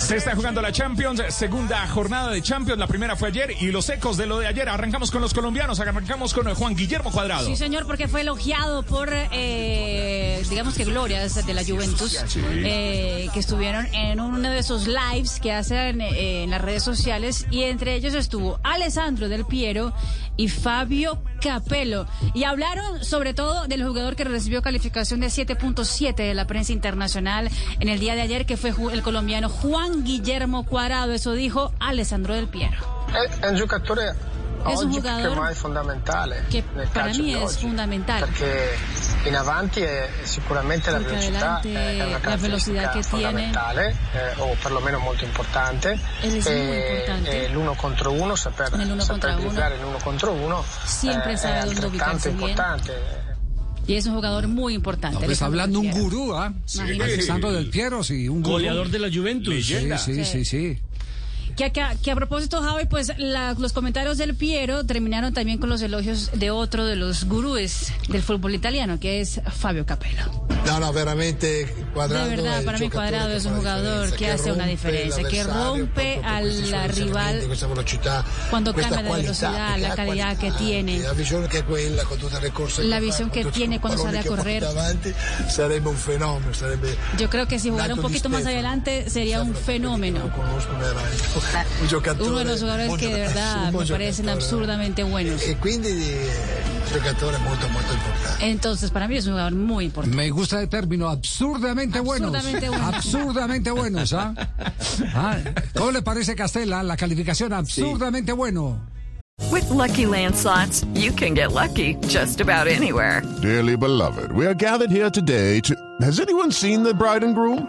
Se está jugando la Champions, segunda jornada de Champions. La primera fue ayer y los ecos de lo de ayer. Arrancamos con los colombianos, arrancamos con Juan Guillermo Cuadrado. Sí, señor, porque fue elogiado por, eh, digamos que glorias de la Juventus, eh, que estuvieron en uno de esos lives que hacen eh, en las redes sociales y entre ellos estuvo Alessandro del Piero y Fabio Capello. Y hablaron sobre todo del jugador que recibió calificación de 7.7 de la prensa internacional en el día de ayer, que fue ju- el colombiano Juan Guillermo Cuadrado. Eso dijo Alessandro del Piero. È, è un giocatore Es un oggi più che jugador mai fondamentale che nel para eh, calcio me di es oggi, fundamental. perché in avanti è sicuramente eh, la Perché velocità adelante eh, è una la velocità caratteristica che tiene. fondamentale eh, o perlomeno molto importante Él es muy importante. e l'uno contro uno saper, En el uno saper contra uno. driblare l'uno contro uno Siempre eh, sabe è dónde altrettanto ubicarse bien. importante Y es un jugador muy importante. No, pues está Alessandro hablando del un Piero. gurú, ¿ah? Imagínate. Alexandro del Piero, sí, un gurú. Goleador de la Juventus. Sí, sí, sí, Sí. sí. Que, que- que a propósito, Javi, pues la- los comentarios del Piero terminaron también con los elogios de otro de los gurúes del fútbol italiano, que es Fabio Capello. No, no, veramente cuadrado. de verdad, para mí Cuadrado es un jugador que hace una diferencia, que rompe al rival cuando cambia de velocidad, la calidad que tiene. La visión que quella, con tutta le corse La che fa, visión con que tutti tiene i cuando palloni sale a che correr. porta avanti, sarebbe un fenómeno, sarebbe Yo creo que si jugara un Nato Di poquito más Stefano. adelante sería un fenómeno. Non conosco un errante. Un giocatore. Uno de los jugadores molto- que de verdad un me parecen giocatore. absurdamente buenos. E quindi eh, un giocatore molto molto importante. Entonces, para mí es un jugador muy importante. Me gusta el término, absurdamente buenos. Absurdamente buenos. Absurdamente buenos, ¿ah? Ah, ¿Cómo le parece, Castela, la calificación? Absurdamente bueno. With Lucky Land slots, you can get lucky just about anywhere. Dearly beloved, we are gathered here today to. Has anyone seen the bride and groom?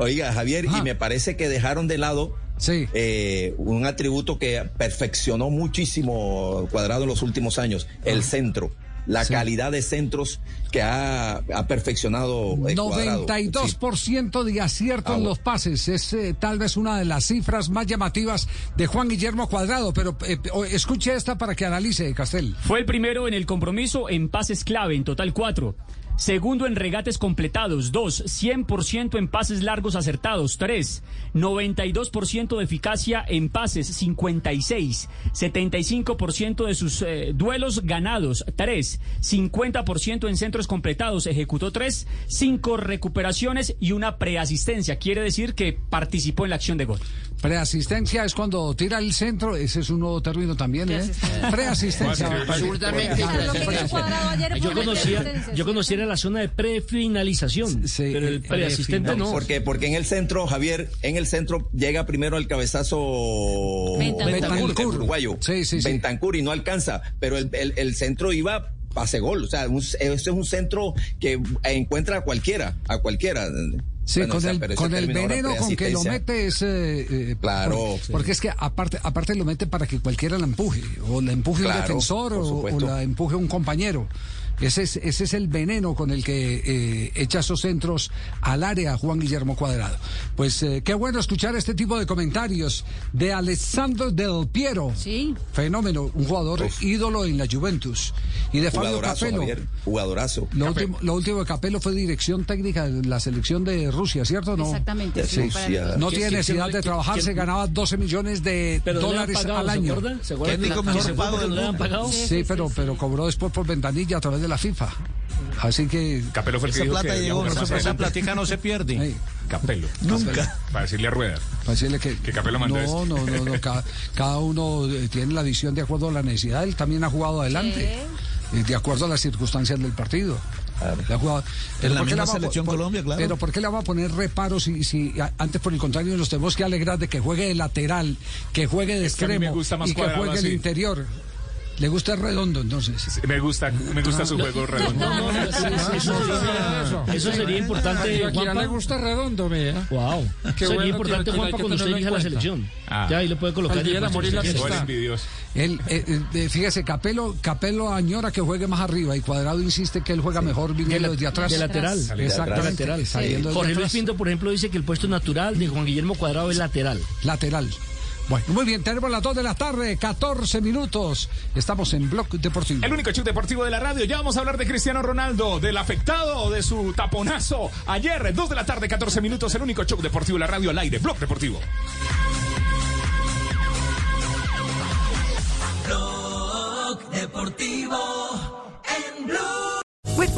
Oiga, Javier, y me parece que dejaron de lado eh, un atributo que perfeccionó muchísimo Cuadrado en los últimos años, el centro. La calidad de centros que ha, ha perfeccionado eh, Cuadrado. Ah, 92% de acierto en los pases. Es eh, tal vez una de las cifras más llamativas de Juan Guillermo Cuadrado. Pero eh, o- escuche esta para que analice, Castel. Fue el primero en el compromiso en pases clave, en total cuatro. Segundo en regates completados, dos. 100% en pases largos acertados, tres. 92% de eficacia en pases, 56. 75% de sus eh, duelos ganados, tres. 50% en centros completados, ejecutó tres. Cinco recuperaciones y una preasistencia. Quiere decir que participó en la acción de gol. Preasistencia es cuando tira el centro. Ese es un nuevo término también, ¿eh? Preasistencia. Absurdamente Yo conocía, yo conocía era la zona de prefinalización, pero el preasistente no. Porque, porque en el centro, Javier, en el centro llega primero el cabezazo Bentancur. Bentancur, el Bentancur. uruguayo. Bentancur y no alcanza, pero el, el- el centro iba pase gol. O sea, un- ese es un centro que encuentra a cualquiera, a cualquiera. Sí, Bueno, o con sea, el, pero ese con el término ahora, veneno con que lo preasistencia. mete es... eh, eh, Claro. Porque, Sí. porque es que aparte, aparte lo mete para que cualquiera la empuje, o la empuje un Claro, defensor o, por o supuesto. la empuje un compañero. Ese es, ese es el veneno con el que eh, echa esos centros al área Juan Guillermo Cuadrado. Pues eh, qué bueno escuchar este tipo de comentarios de Alessandro Del Piero. Sí. Fenómeno, un jugador ídolo en la Juventus. Y de Fabio Jugadorazo, Capello. Javier, jugadorazo. Lo último, lo último de Capello fue dirección técnica de la selección de Rusia, ¿cierto? o No. Exactamente, sí, Sí, para sí, los- No ¿Quién- tiene quién- necesidad de quién- trabajar, quién- se ganaba 12 millones de Pero no le han dólares pagado, al ¿se año. acuerdan? ¿Se acuerdan Técnico que- mejor que se fue pago porque del no le han mundo. pagado? Sí, Sí, sí, pero, pero cobró después por ventanilla a través de la FIFA. Así que. Capello fue el que dijo que debíamos hacer esa adelante. platica no se pierde. Capello. Nunca. Para decirle a Rueda. Para decirle que. Que Capello mandó no, esto. no, no, no, ca- cada, uno eh, tiene la visión de acuerdo a la necesidad. Él también ha jugado adelante. eh, de acuerdo a las circunstancias del partido. La jugada- En la ¿por qué misma va a- selección por- Colombia, claro. Pero ¿por qué le va a poner reparos si, si a- antes por el contrario nos tenemos que alegrar de que juegue de lateral, que juegue de Es que a mí extremo me gusta más y que cuadrado juegue el así. interior? ¿Le gusta el redondo entonces? Me gusta, me gusta su juego redondo. Eso sería importante, Juanpa. gusta redondo, vea. Wow. Qué sería bueno, importante, tío, Juanpa, hay que cuando tenerlo usted en dirija la cuenta. selección. Ah. Ya ahí le puede colocar Al día el de puesto morir que la quiera. amistad. Él, eh, eh, de- fíjese, Capelo, Capelo añora que juegue más arriba y Cuadrado insiste que él juega mejor viniendo desde atrás. De lateral. Exactamente. De lateral. saliendo desde Jorge Luis atrás. Pinto, por ejemplo, dice que el puesto natural de Juan Guillermo Cuadrado es lateral. Lateral. Bueno, muy bien, tenemos las 2 de la tarde, 14 minutos. Estamos en Block Mm. Deportivo. El único show deportivo de la radio. Ya vamos a hablar de Cristiano Ronaldo, del afectado, de su taponazo. Ayer, 2 de la tarde, 14 minutos. El único show deportivo de la radio al aire. Blog Deportivo. With